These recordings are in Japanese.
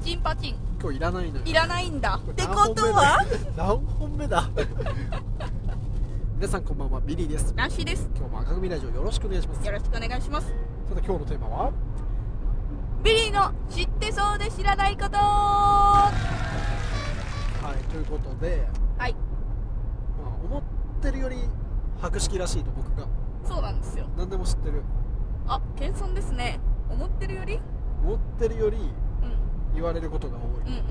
チンパチン今日いらないのよいらないんだってことは何本目だ何本目だ皆さんこんばんはビリーですなしです今日も赤組ラジオよろしくお願いしますさよろしくお願いしますて今日のテーマはビリーの知ってそうで知らないことはいということで、はいまあ、思ってるより博識らしいと僕がそうなんですよ何でも知ってるあ謙遜ですね思ってるより思ってるよりうんう言われることが多んうんうん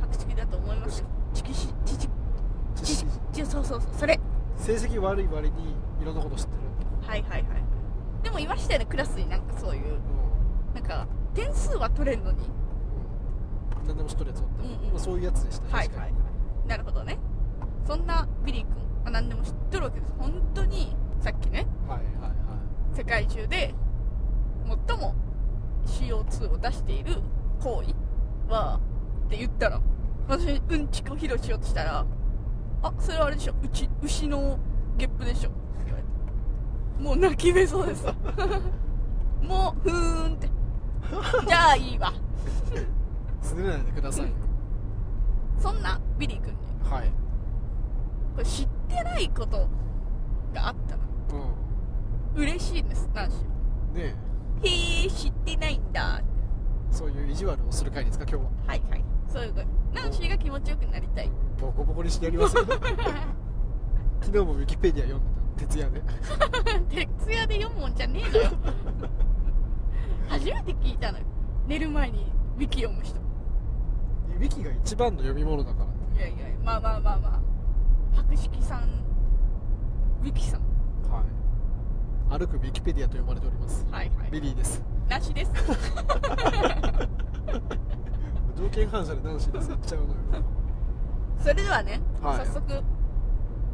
白識だと思います知識し知識い知識知識知識そうそうそうそれ成績悪い割にいろんなこと知ってるはいはいはいでもいましたよねクラスになんかそういううなんか点数は取れるのにんうん何でも知ってるやつおって、うんうんまあ、そういうやつでしたはい確かはにいなるほどねそんなビリー君は何でも知ってるわけです本当にさっきねはいはいはい世界中で最も CO2 を出している行為はって言ったら私うんちく披露しようとしたら「あそれはあれでしょうち牛のゲップでしょ」って言われてもう泣きべそうですもうふーんってじゃあいいわすねないでくださいよ、そんなビリー君にはいこれ知ってないことがあったらう嬉しいんです男子んねえへえ知ってないんだそういう意地悪をする回ですか今日ははいはいそういうことナンシーが気持ちよくなり たいボコボコにしてやります よ昨日もウィキペディア読んでた徹夜で徹夜で読むもんじゃねえ のよ初めて聞いたのよ寝る前にウィキ読む人ウィキが一番の読み物だからいやいやまあまあまあまあ博識さんウィキさんはい歩くウィキペディアと呼ばれておりますはいはビいリーですなしです 条件反射で男子出せちゃうのよそれではね、はい早速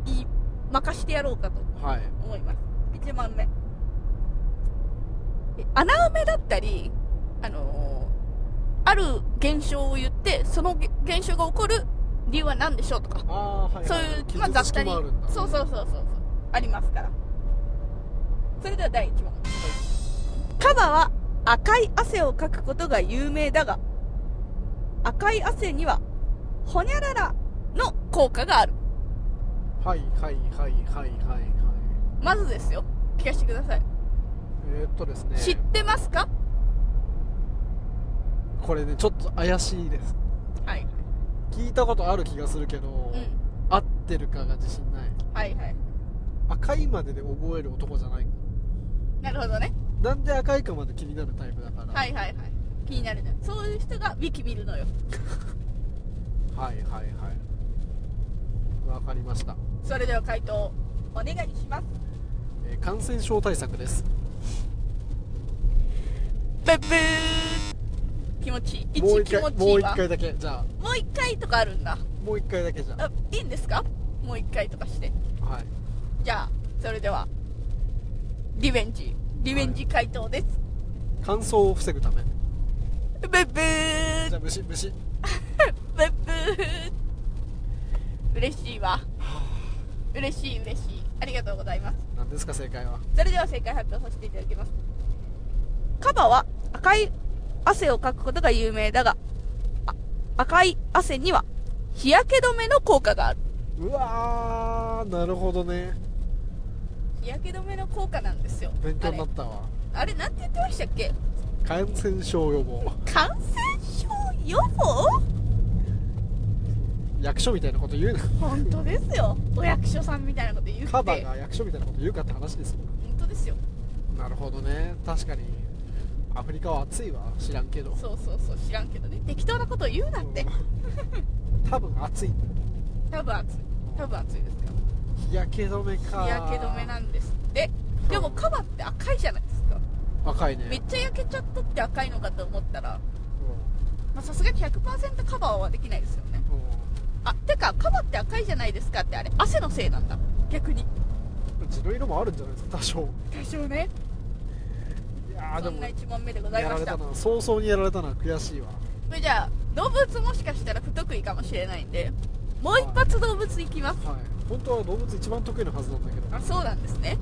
言い任してやろうかとはい思います1問目え穴埋めだったりあのーある現象を言ってそのげ現象が起こる理由は何でしょうとかああはい、はい、そういう、まあ、記述雑多式にもあるんだそうそうそうそうそうありますからそれでは第1問カバは赤い汗をかくことが有名だが赤い汗にはほにゃららの効果があるはいはいはいはいはいはいまずですよ聞かせてください、えー、っとですね知ってますかこれねちょっと怪しいですはい聞いたことある気がするけど、うん合ってるかが自信ないはいはい赤いまでで覚える男じゃないなるほどねなんで赤いかまで気になるタイプだからはいはいはい気になるねそういう人がウィキ見るのよはいはいはいわかりました、それでは回答をお願いしますえー感染症対策ですブブー気持ちいい一もう気持一回ちいもいうわ一回だけじゃもう一回とかあるんだあもう一回だけじゃあいいんですかもう一回とかしてあはいじゃあそれではリベンジリベンジ回答です、乾燥を防ぐためブブーじゃあ虫虫ブブー嬉しいわ嬉しい嬉しいありがとうございます何ですか正解はそれでは正解発表させていただきますカバは赤い汗をかくことが有名だがあ赤い汗には日焼け止めの効果があるうわーなるほどね日焼け止めの効果なんですよ勉強あになれったわあれなんて言ってましたっけ感染症予防感染症予防役所みたいなこと言うな本当ですよお役所さんみたいなこと言ってカバが役所みたいなこと言うかって話ですよ本当ですよなるほどね確かにアフリカは暑いわ知らんけどそうそうそう知らんけどね適当なことを言うなってうん多分暑い多分暑い多分暑いですか日焼け止めから日焼け止めなんですってでもカバって赤いじゃないですか赤いねめっちゃ焼けちゃったって赤いのかと思ったらまあさすがに100%カバーはできないですよねうんあてかカバーって赤いじゃないですかってあれ汗のせいなんだ逆にうん地の色もあるんじゃないですか多少多少ねいやーでそんもな1問目でございやまらしれたたな早々にやられたな悔しいわこれじゃあ動物もしかしたら不得意かもしれないんでもう一発動物いきますはい本当は動物一番得意なはずなんだけどあそうなんですね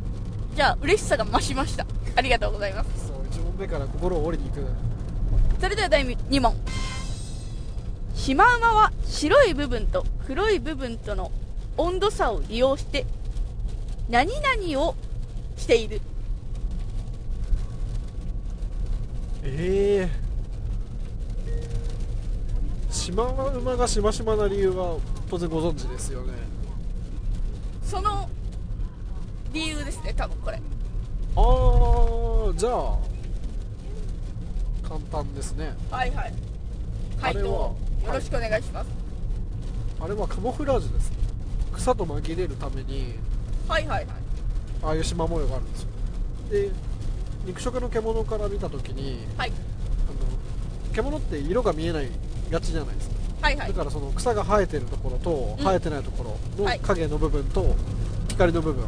じゃあ嬉しさが増しましたありがとうございますそう1問目から心を折りに行くそれでは第2問シマウマは白い部分と黒い部分との温度差を利用して何々をしているええシマウマがしましまな理由は当然ご存知ですよねその理由ですね多分これああじゃあ簡単ですねはいはいあ回答れはよはいろしくお願いしますあれはカモフラージュです草と紛れるためにはいはいはいああいう縞模様があるんですよで肉食の獣から見た時にはいあの獣って色が見えないがちじゃないですかはいはいだからその草が生えてるところと、うん生えてないところはのい影の部分と光の部分、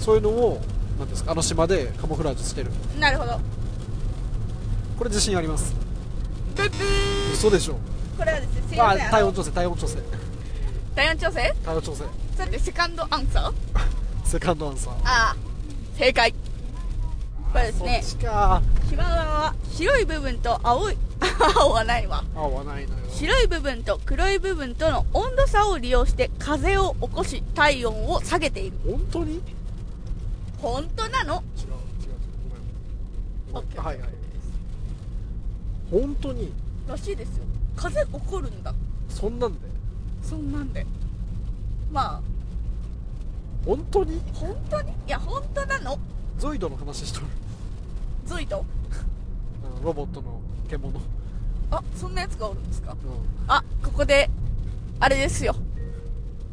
そういうのをなんですかあの島でカモフラージュしてるうんなるほどこれ自信ありますブッブー嘘でしょこれはですねすいまあせんあ体の温調整体温調整体温調整体温調整それってセカンドアンサーあセカンドアンサーあ正解これですそっねちかシマウマは白い部分と青い 青はないわ合わないのよ白い部分と黒い部分との温度差を利用して風を起こし体温を下げている本当に違う違う本当なの違うごめんごめん OK はいはい本当にらしいですよ風起こるんだそんなんでそんなんでまあ本当に本当にいや本当なのゾイドの話しとるゾイドあのロボットの獣うんあそんなやつがおるんですかあここであれですよ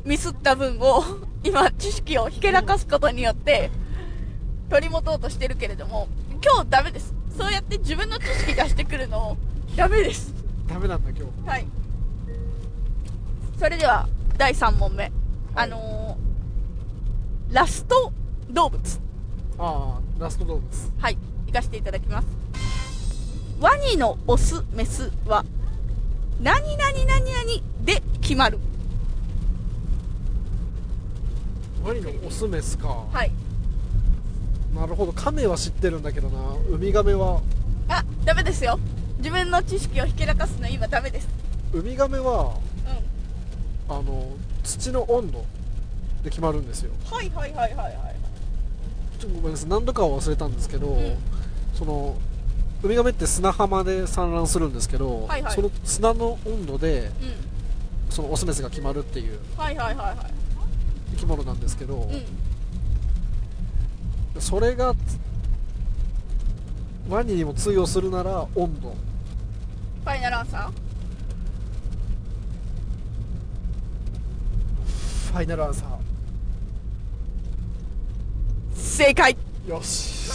ミスった分を 今知識をひけらかすことによって取り持とうとしてるけれども今日ダメですそうやって自分の知識出してくるのダメですダメなんだ今日はいそれでは第3問目、あのーラスト動物ああラスト動物はい、行かせていただきます。ワニのオス、メスは、何々何々で決まる。ワニのオスメスか、はい。なるほどカメは知ってるんだけどなウミガメはあ、ダメですよ。自分の知識をひけらかすの今ダメです。ウミガメはうん。あの土の温度で決まるんですよはいはいはいはいはい。ちょっとごめんなさい何度かは忘れたんですけど、うんそのウミガメって砂浜で産卵するんですけど、はいはいその砂の温度でうん。そのオスメスが決まるっていうはいはいはいは生き物なんですけどい。、うん。それがワニにも通用するなら温度ファイナルアンサファイナルアンサーー正解 よし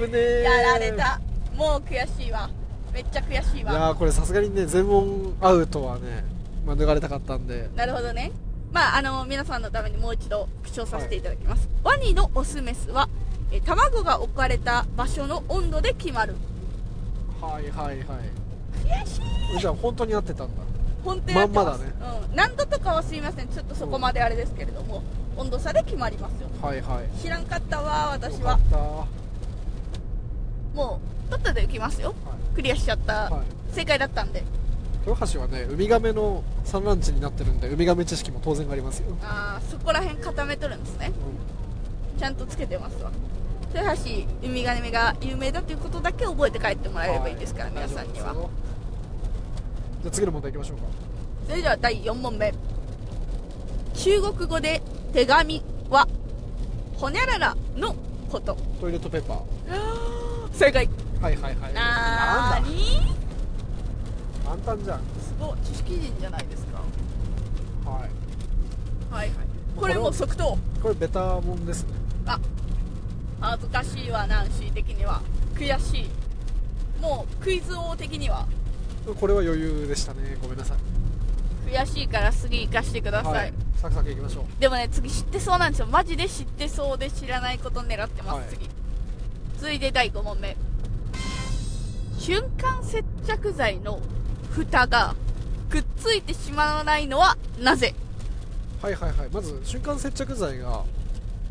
危ねえやられた。もう悔しいわ。めっちゃ悔しいいわ。やーこれさすがにね全問アウトはね、まあ、抜かれたかったんでなるほどね。まあ、あの、皆さんのためにもう一度復唱させていただきます。ワニのオスメスは、え卵が置かれた場所の温度で決まる。はいはいはい悔しいじゃあ本当に合ってたんだ本当にやってます。まんうん。難度とかはすいません。ちょっとそこまであれですけれども、温度差で決まりますよ。はいはい知らんかったわ、私よかはっ。たもう、とっとと行きますよ。はいクリアしちゃった。はい正解だったんで。豊橋はねウミガメの産卵地になってるんでウミガメ知識も当然ありますよ、あーそこら辺固めとるんですね。ちゃんとつけてますわ。豊橋、ウミガメが有名だということだけ覚えて帰ってもらえればいいですから、は皆さんには大丈。夫ですよじゃあ次の問題いきましょうかそれでは第4問目中国語で手紙はほにゃららのことトイレットペーパー正解はいはいはいなーんだに簡単じゃんすごい知識人じゃないですかはいはいはいこれもう即答これベタもんですねあ恥ずかしいわナンシー的には悔しいもうクイズ王的にはこれは余裕でしたねごめんなさい悔しいから次行かしてください、はい、サクサクいきましょうでもね次知ってそうなんですよマジで知ってそうで知らないこと狙ってます、はい次続いて第5問目瞬間接着剤の蓋がくっついてしまわないのはなぜはいはいはいまず瞬間接着剤が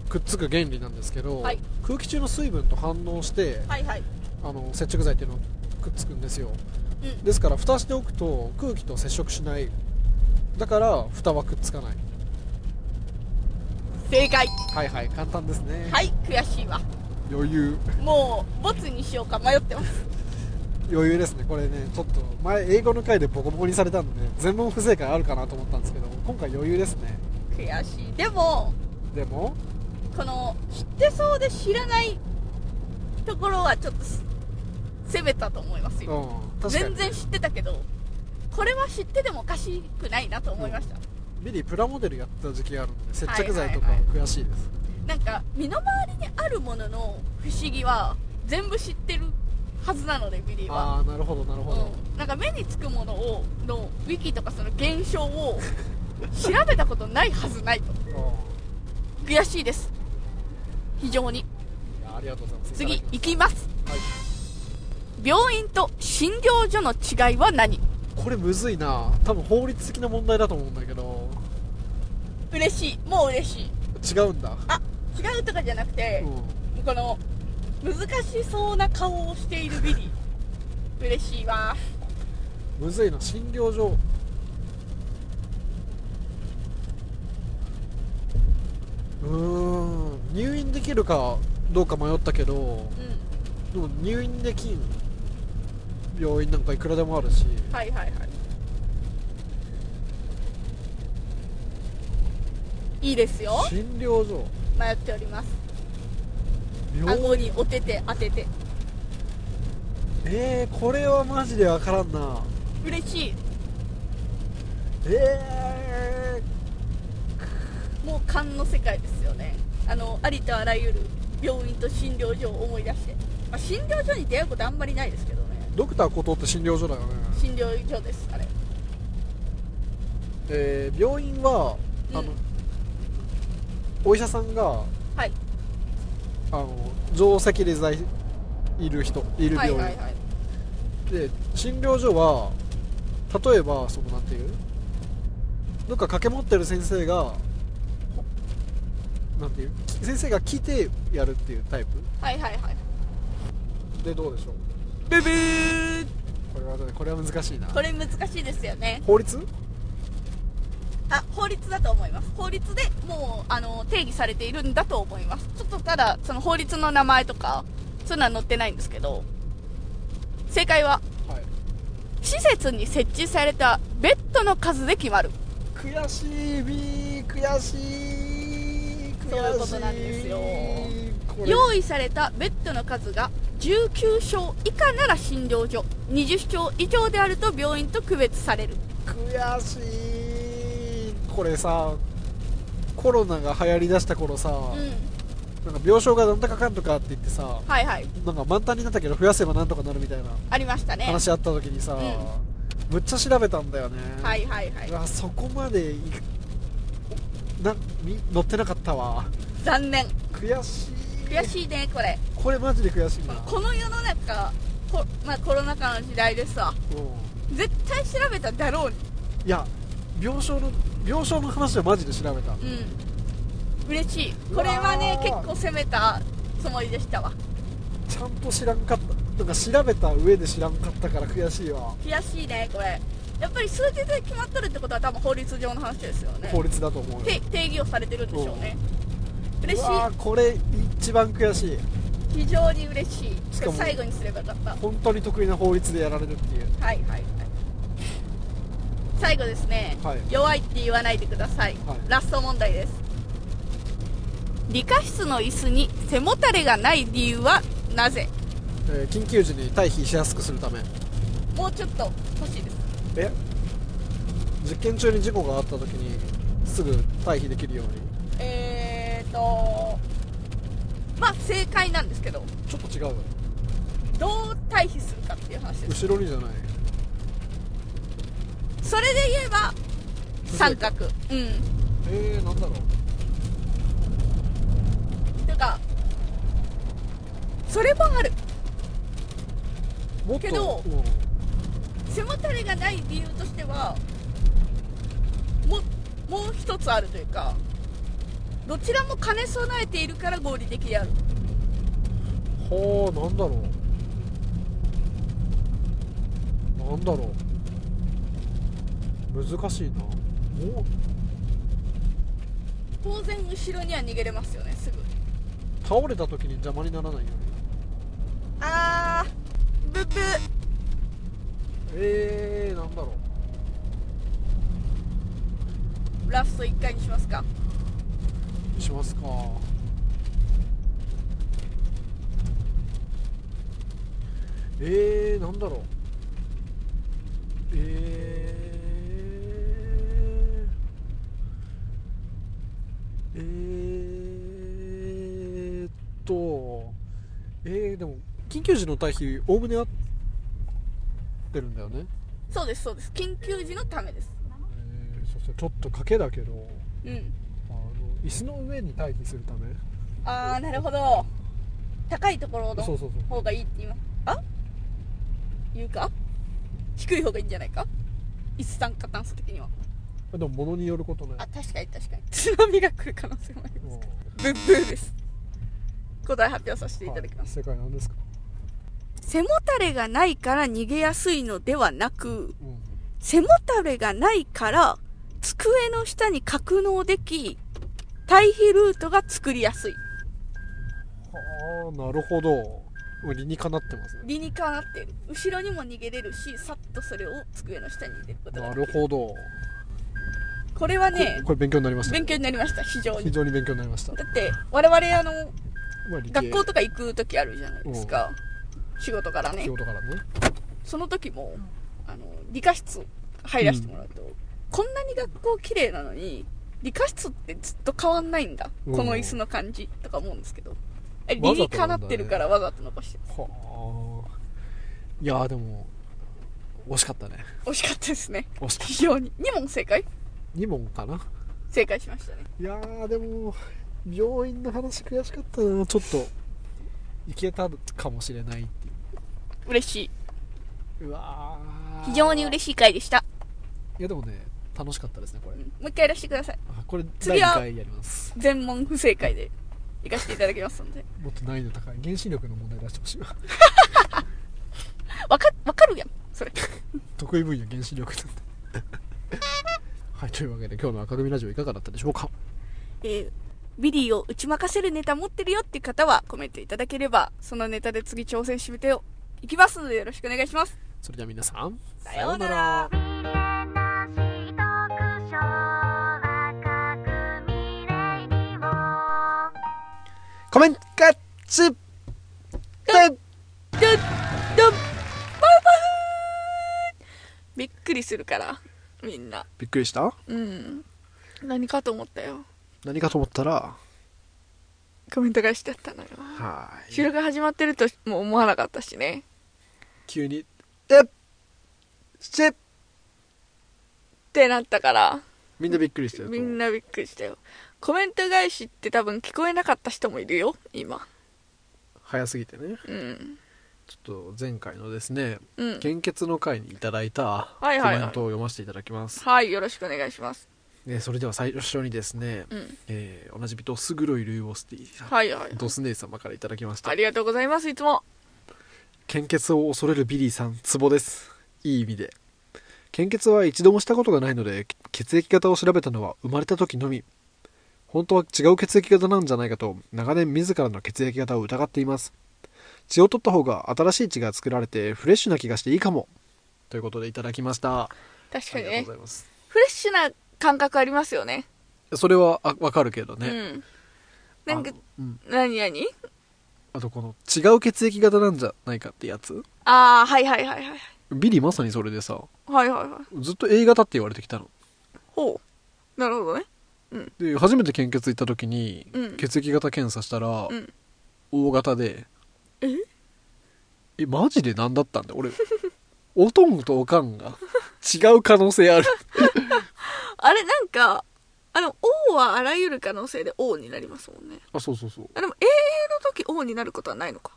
くっつく原理なんですけど、はい空気中の水分と反応してはいはいあの接着剤っていうのがくっつくんですようんですから蓋しておくと空気と接触しないだから蓋はくっつかない正解はいはい簡単ですね、はい悔しいわ余裕もうボツにしようか迷ってます余裕ですねこれねちょっと前英語の回でボコボコにされたんで全問不正解あるかなと思ったんですけど今回余裕ですね悔しいでもでもこの知ってそうで知らないところはちょっとす攻めたと思いますようん確か全に然知ってたけどこれは知っててもおかしくないなと思いました、ビリープラモデルやってた時期があるんで接着剤とかはいはい悔しいです、なんか身の回りにあるものの不思議は全部知ってるはずなのでビリーは、ああなるほどなるほど、うん、なんか目につくものをのウィキとかその現象を調べたことないはずないとうん悔しいです非常にいやありがとうございます次いただき行きますます、病院と診療所の違いは何はい、これむずいな多分法律的な問題だと思うんだけど嬉しいもう嬉しい違うんだ、あ違うとかじゃなくて、うこの難しそうな顔をしているビリー嬉しいわん、むずいな診療所うーん入院できるかどうか迷ったけどうんでも入院できん病院なんかいくらでもあるしはいはいはいいいですよ診療所迷っております病顎におてて当ててえー、これはマジでわからんな嬉しいえもう勘の世界ですよねあのありとあらゆる病院と診療所を思い出して、まあ、診療所に出会うことあんまりないですけどねー、ドクターことって診療所だよね診療所ですあれえー、病院はあの、うんお医者さんがはいあの定石で在いる人いるは病い院、はいはいで診療所は例えばそのなんていうどっか掛け持ってる先生がなんていう先生が来てやるっていうタイプはいはいはいでどうでしょうブブーこれはねこれは難しいなこれ難しいですよね法律あ法律だと思います法律でもうあの定義されているんだと思いますちょっとただその法律の名前とかそういうのは載ってないんですけど正解ははい施設に設置されたベッドの数で決まる悔しい B 悔しい悔しいそういうことなんですよこれ用意されたベッドの数が19床以下なら診療所20床以上であると病院と区別される悔しいこれさコロナが流行りだした頃さ、うんなんか病床がなんとかかんとかって言ってさはいはいなんか満タンになったけど増やせばなんとかなるみたいなありましたねはい話あった時にさ、うむっちゃ調べたんだよねはいはいあそこまでいくなみ乗ってなかったわ残念悔しい悔しいねこれこれマジで悔しいな、この世の中こまあ、コロナ禍の時代ですわうん絶対調べただろうにいや病床の病床の話はマジで調べたうん嬉しいこれはねう結わー構攻めたつもりでしたわちゃんと知らんかったなんか調べた上で知らんかったから悔しいわ、悔しいねこれやっぱり数字で決まっとるってことは多分法律上の話ですよね法律だと思うよて定義をされてるんでしょうね嬉しうわーこれ一番悔しいい非常に嬉しいしかも最後にすればよかった本当に得意な法律でやられるっていうはいはいはい最後ですね、はい弱いって言わないでください、はいラスト問題です理科室の椅子に背もたれがない理由はなぜえー緊急時に退避しやすくするためもうちょっと欲しいですえ実験中に事故があった時にすぐ退避できるようにえーとまあ正解なんですけどちょっと違うよどう退避するかっていう話です後ろにじゃないそれで言えば三角うんえー、なんだろうていうかそれもあるもっとけどうん背もたれがない理由としてはももう一つあるというかどちらも兼ね備えているから合理的であるはあなんだろうなんなんだろう難しいなお当然後ろには逃げれますよねすぐ倒れた時に邪魔にならないようあーブブにえー、なんだろラスト1回にしますかうしますかえー、なんだろうえー、えーっとえー、でも緊急時の退避おおむね合ってるんだよねそうですそうです緊急時のためですえーそしてちょっと賭けだけどうんあの椅子の上に待機するためああなるほど高いところのそうそうそう方がいいって言いますあ言うか低い方がいいんじゃないか一酸化炭素的にはでも物によることねあ確かに確かに津波が来る可能性もありますブッブーです答え発表させていただきます、はい、世界なんですか、背もたれがないから逃げやすいのではなくうん、背もたれがないから机の下に格納でき対比ルートが作りやすいはあなるほど理にかなってますね理にかなってる後ろにも逃げれるしさっとそれを机の下に入れることがなできるるほど、これはねここれ勉強になりましたね勉強になりました非常非にだ常に勉強になりました、って我々あのまあ、理系学校とか行く時あるじゃないですか仕事からね仕事からねその時もあの理科室入らせてもらうと、こんなに学校綺麗なのに理科室ってずっと変わんないんだ、うんこの椅子の感じとか思うんですけどあれわ理ざにとかなんなっだねてるからわざと残してるはあいやーでも惜しかったね惜しかったですね惜しかっ非常に2問正解た2問かな正解しましたねいやーでも病院の話悔しかったなちょっといけたかもしれないってい嬉しいううわ非常に嬉ししいい回でした、いやでもね楽しかったですねこれうんもう一回やらせてくださいあこれ第次は2回やります全問不正解で行かせていただきますのでもっと難易度高い原子力の問題出してほしいわ わかわかるやんそれ得意分野原子力なんで はいというわけで今日の赤組ラジオいかがだったでしょうかえービリーを打ち負かせるネタ持ってるよっていう方はコメントいただければ、そのネタで次挑戦してみてよ。いきますのでよろしくお願いします。それでは皆さんさようなら。コメントガッチドンドンドンパフパフびっくりするから、みんな。びっくりしたうん。何かと思ったよ。何かと思ったらコメント返しだったのよ。は収録始まってるとも思わなかったしね。急に「えっしてってなったから、みんなびっくりしたよみんなびっくりしたよ。コメント返しって多分聞こえなかった人もいるよ、今。早すぎてねうん。ちょっと前回のですねうん。献血の会にいただいたコはメいンはいはいトを読ませていただきます、はい、よろしくお願いします。ねそれでは最初にですね、うん。えーおなじみドス黒いルイボスティーさん、はいはい。ドス姉様からいただきましたありがとうございます、いつも。献血を恐れるビリーさんツボですいい意味で献血は一度もしたことがないので血液型を調べたのは生まれた時のみ本当は違う血液型なんじゃないかと長年自らの血液型を疑っています血を取った方が新しい血が作られてフレッシュな気がしていいかもということでいただきましたあ確かりにがねとうご。ざいますフレッシュな感覚ありますよね。それはあわかるけどうね、ん。なんかあの、うん、何何あとこの違う血液型なんじゃないかってやつああ、はいはいはいはい。ビリーまさにそれでさはいはいはい。ずっと A 型って言われてきたのほう。なるほどね。で初めて献血行った時に、うん血液型検査したら、うん。 O 型でええマジで何だったんだ俺 おとんとおかんが違う可能性あるあれ、なんか、あの、王はあらゆる可能性で王になりますもんね。あそうそうそうあ、でも、永遠の時王になることはないのか。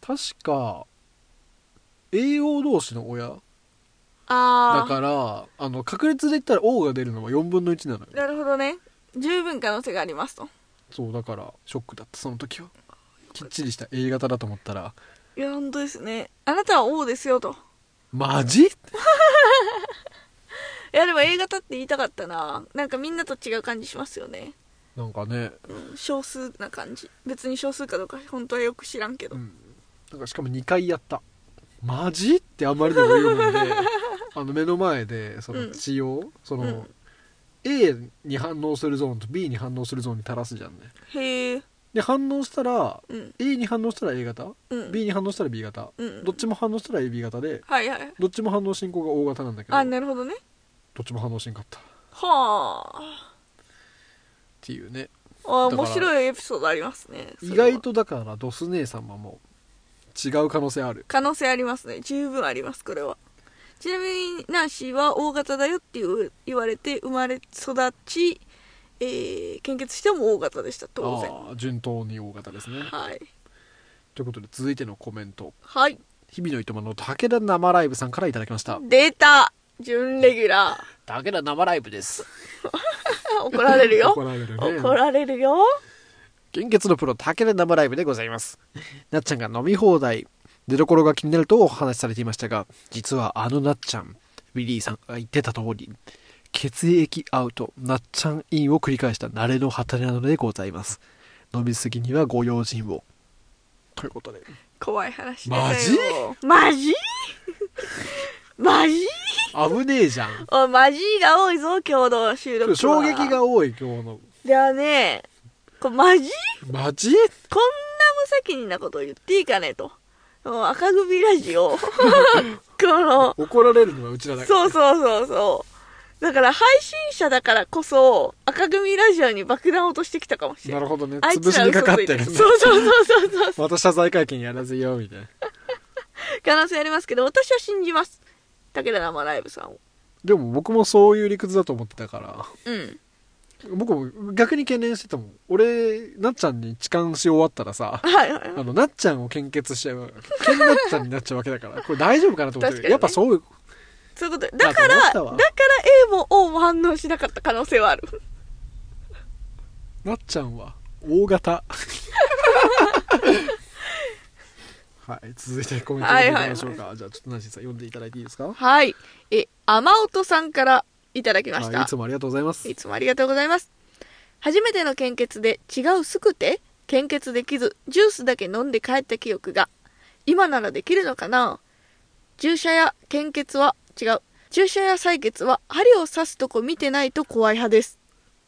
確か栄養同士の親だああ。からあの確率で言ったら O が出るのは4分の1なのよなるほどね。十分可能性がありますと。そうだからショックだったその時はきっちりした A 型だと思ったらいや、本当ですね。あなたは王ですよと。マジいやでも A 型って言いたかったななんかみんなと違う感じしますよね、なんかね、うん、少数な感じ別に少数かどうか本当はよく知らんけど、うん、なんかしかも2回やったマジってあんまりにも言 うもんであの目の前でそうのん血を、その、うん A に反応するゾーンと B に反応するゾーンに垂らすじゃんねへえで反応したらうん A に反応したら A 型、うん B に反応したら B 型、うんどっちも反応したら AB 型ではいはいどっちも反応進行が O 型なんだけどあなるほどねどっちも反応しんかったっはていうねああだから面白いエピソードありますねそれ意は外とだからドス姉様も違う可能性ある可能性ありますね十分ありますこれはちなみにナンシーは O 型だよっていう言われて生まれ育ち、えー献血しても O 型でした当然ああ順当に O 型ですねはいということで続いてのコメントはい日々のいとまの武田生ライブさんからいただきました出た準レギュラ武田生ライブですー 怒られるよ怒られるね怒られるよ献血のプロ武田生ライブでございますなっちゃんが飲み放題出どころが気になるとお話しされていましたが実はあのなっちゃんウィリーさんが言ってた通り血液アウトなっちゃんインを繰り返した慣れの果てなのでございます飲みすぎにはご用心をということで怖い話マジ出たよマジマジ危ねえじゃんおいマジが多いぞ今日の収録は衝撃が多い今日のだねこれマジマジこんな無責任なこと言っていいかねと。もう赤組ラジ オ。この、怒られるのはうちらだからそうそうそうそう。だから配信者だからこそ、赤組ラジオに爆弾を落としてきたかもしれなない。るほどねあい潰つしらにかか嘘っつていてるる。んそうだそうそうそうそう。また謝罪会見やらせようみたいな可能性ありますけど、私は信じます。武田生ライブさんを。でも僕もそういう理屈だと思ってたからうん。僕も逆に懸念してたもん俺なっちゃんに痴漢し終わった らさはいはいあはい。のなっちゃんを献血しちゃう献なっちゃんになっちゃうわけだからこれ大丈夫かなと思っ確てかにる、ねやっぱそういうそういうことだから、だだとか思らった A も O も反応しなかった可能性はある。なっちゃんは 大型はい続いてコメント見てみましょうか、じゃあちょっとナンシーさん読んでいただいていいですか はい。え、雨音さんからいただきました。はいいつもありがとうございますいつもありがとうございます。初めての献血で違うすくて献血できずジュースだけ飲んで帰った記憶が今ならできるのかな注射や献血は違う注射や採血は針を刺すとこ見てないと怖い派です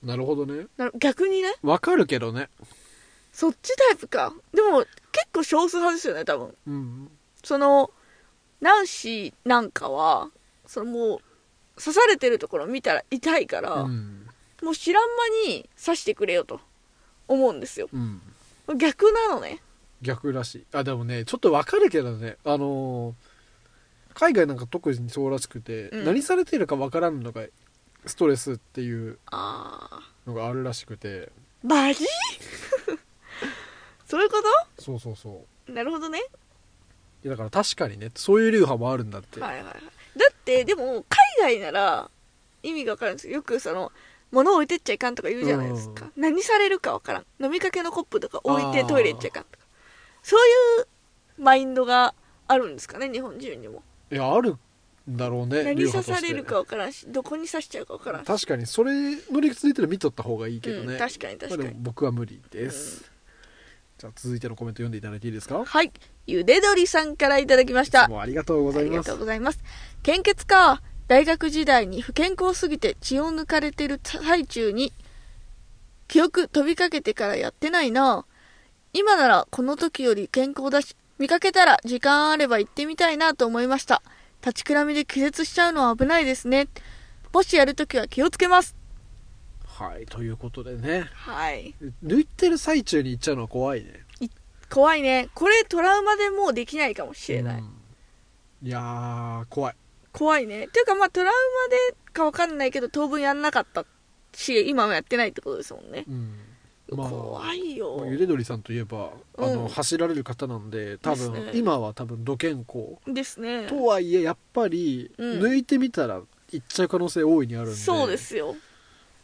なるほどねなる逆にねわかるけどねそっちタイプかでも結構少数派ですよね多分うんそのナンシーなんかはそのもう刺されてるところ見たら痛いから、うんもう知らん間に刺してくれよと思うんですようん逆なのね逆らしいあでもねちょっとわかるけどねあのー海外なんか特にそうらしくて、うん何されてるかわからんのがストレスっていうああのがあるらしくてマジ そういうこそうそうそうとなるほどねいやだから確かにねそういう流派もあるんだって、はいはいはいだってでも海外なら意味がわかるんですよよくその物置いてっちゃいかんとか言うじゃないですか何されるかわからん飲みかけのコップとか置いてあートイレ行っちゃいかんとかそういうマインドがあるんですかね日本人にもいやあるんだろうね流何刺派としてされるかわからんしどこに刺しちゃうかわからんし確かにそれの理屈で言ったら見とった方がいいけどね、うん、確かに確かまあにでも僕は無理です、じゃあ続いてのコメント読んでいただいていいですかはいゆでどりさんからいただきましたいつもありがとうございありまがすとうございます。献血か。大学時代に不健康すぎて血を抜かれてる最中に、記憶飛びかけてからやってないな。今ならこの時より健康だし、見かけたら時間あれば行ってみたいなと思いました。立ちくらみで気絶しちゃうのは危ないですね。もしやるときは気をつけます。はいということでねはい。抜いてる最中に行っちゃうのは怖いね怖いね。これトラウマでもうできないかもしれない。うんいやー怖い怖いね。ていうかまあトラウマでかわかんないけど当分やんなかったし、今もやってないってことですもんね。うんまあ怖いよまあゆでどりさんといえば、あうのん走られる方なんで多分、ですね今は多分ど健康ですねとはいえやっぱり、うん抜いてみたら行っちゃう可能性大いにあるんでそうですよ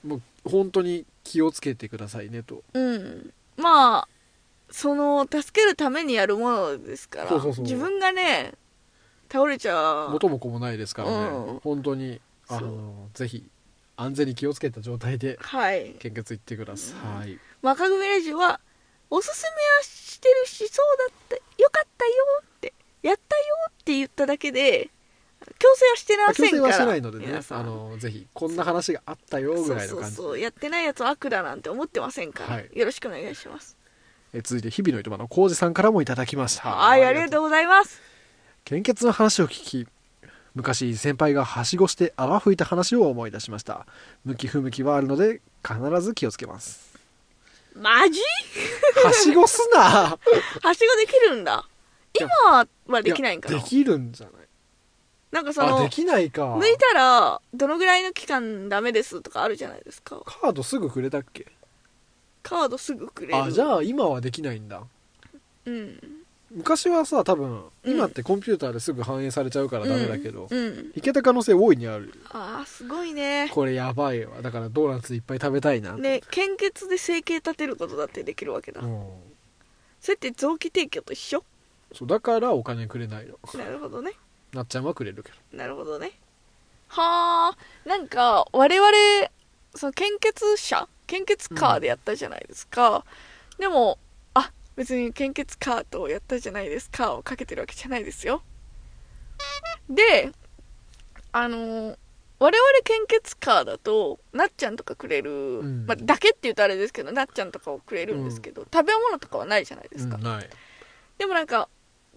もう本当に気をつけてくださいねとうんまあその助けるためにやるものですからそうそうそう自分がね倒れちゃう元も子もないですからね、うん本当にそあのぜひ安全に気をつけた状態ではい献血行ってください、若組ラジオはおすすめはしてるしそうだったよかったよってやったよって言っただけで強制はしてままあ強せんか制らはしないのでね皆さんあのぜひこんな話があったよぐらいのそうそ感うじそうやってないやつは悪だなんて思ってませんから、はいよろしくお願いしますえ続いて日々の糸間の浩二さんからもいただきましたはいありがとうございます献血の話を聞き昔先輩がはしごして泡吹いた話を思い出しました向き不向きはあるので必ず気をつけますマジはしごすなはしごできるんだいや今は できないんかやなできるんじゃないなんかそあのできないか抜いたらどのぐらいの期間ダメですとかあるじゃないですかカードすぐくれたっけカードすぐくれるあじゃあ今はできないんだうん昔はさ多分うん今ってコンピューターですぐ反映されちゃうからダメだけど、うんうんいけた可能性大いにあるああすごいね これやばいわだからドーナツいっぱい食べたいな、ね献血で生計立てることだってできるわけだ、うん、それって臓器提供と一緒そうだからお金くれないのなるほどねなっちゃんはくれるけどなるほどねはあなんか我々その献血者献血カーでやったじゃないですか、でもあ別に献血カーとやったじゃないですかをかけてるわけじゃないですよであのー我々献血カーだとなっちゃんとかくれる、んまあ、だけって言うとあれですけどなっちゃんとかをくれるんですけど、食べ物とかはないじゃないですか、うんないでもなんか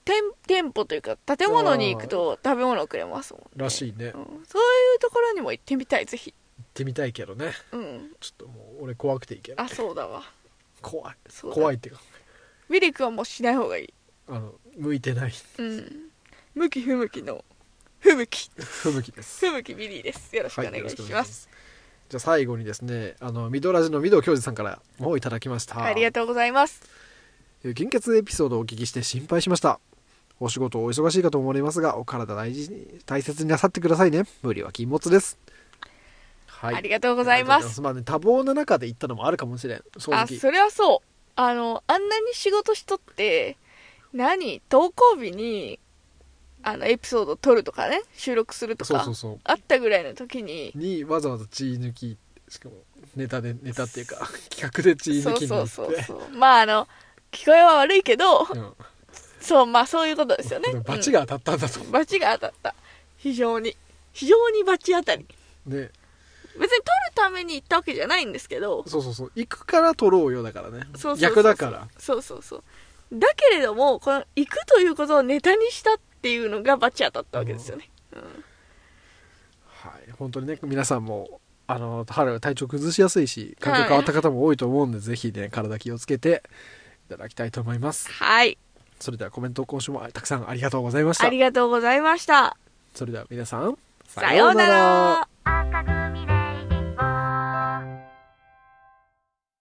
店店舗というか建物に行くと食べ物をくれますもんねらしいね、う行っんそういうところにも行ってみたいぜひてみたいけどねうんちょっともう俺怖くていけ ないあそうだわ怖いそうだ怖いっていうかウィリ君はもうしない方がいいあの向いてないうん向き不向きの不向き不向きです不向きビリーですよろしくお願いします,、じゃあ最後にですねあのミドラジのミド教授さんからもういただきましたありがとうございますえー献血エピソードをお聞きして心配しましたお仕事お忙しいかと思われますがお体大事に大切になさってくださいね無理は禁物ですはありがとうございますありがとうございまあね、多忙な中で行ったのもあるかもしれん正あ直それはそうあのあんなに仕事しとって何投稿日にあのエピソード撮るとかね収録するとかそうそうそあったぐらいの時にうにわざわざ血抜きしかもネタでネタっていうか 企画で血そ抜うきにそ行うってそうそうまああの聞こえは悪いけどうんそうまあそういうことですよ ねでもバチが当たったんだと思バチが当たった非常に非常にバチ当たりう、ね別に取るために行ったわけじゃないんですけどそうそうそう行くから取ろうよだからねそうそうそうそう逆だからそうそうそうだけれどもこの行くということをネタにしたっていうのがバチ当たったわけですよね、うんはい、本当にね皆さんもあの春は体調崩しやすいし環境変わった方も多いと思うんで、ぜひね体気をつけていただきたいと思いますはいそれではコメント今週もたくさんありがとうございましあたりがとうございましたそれでは皆さんさようなら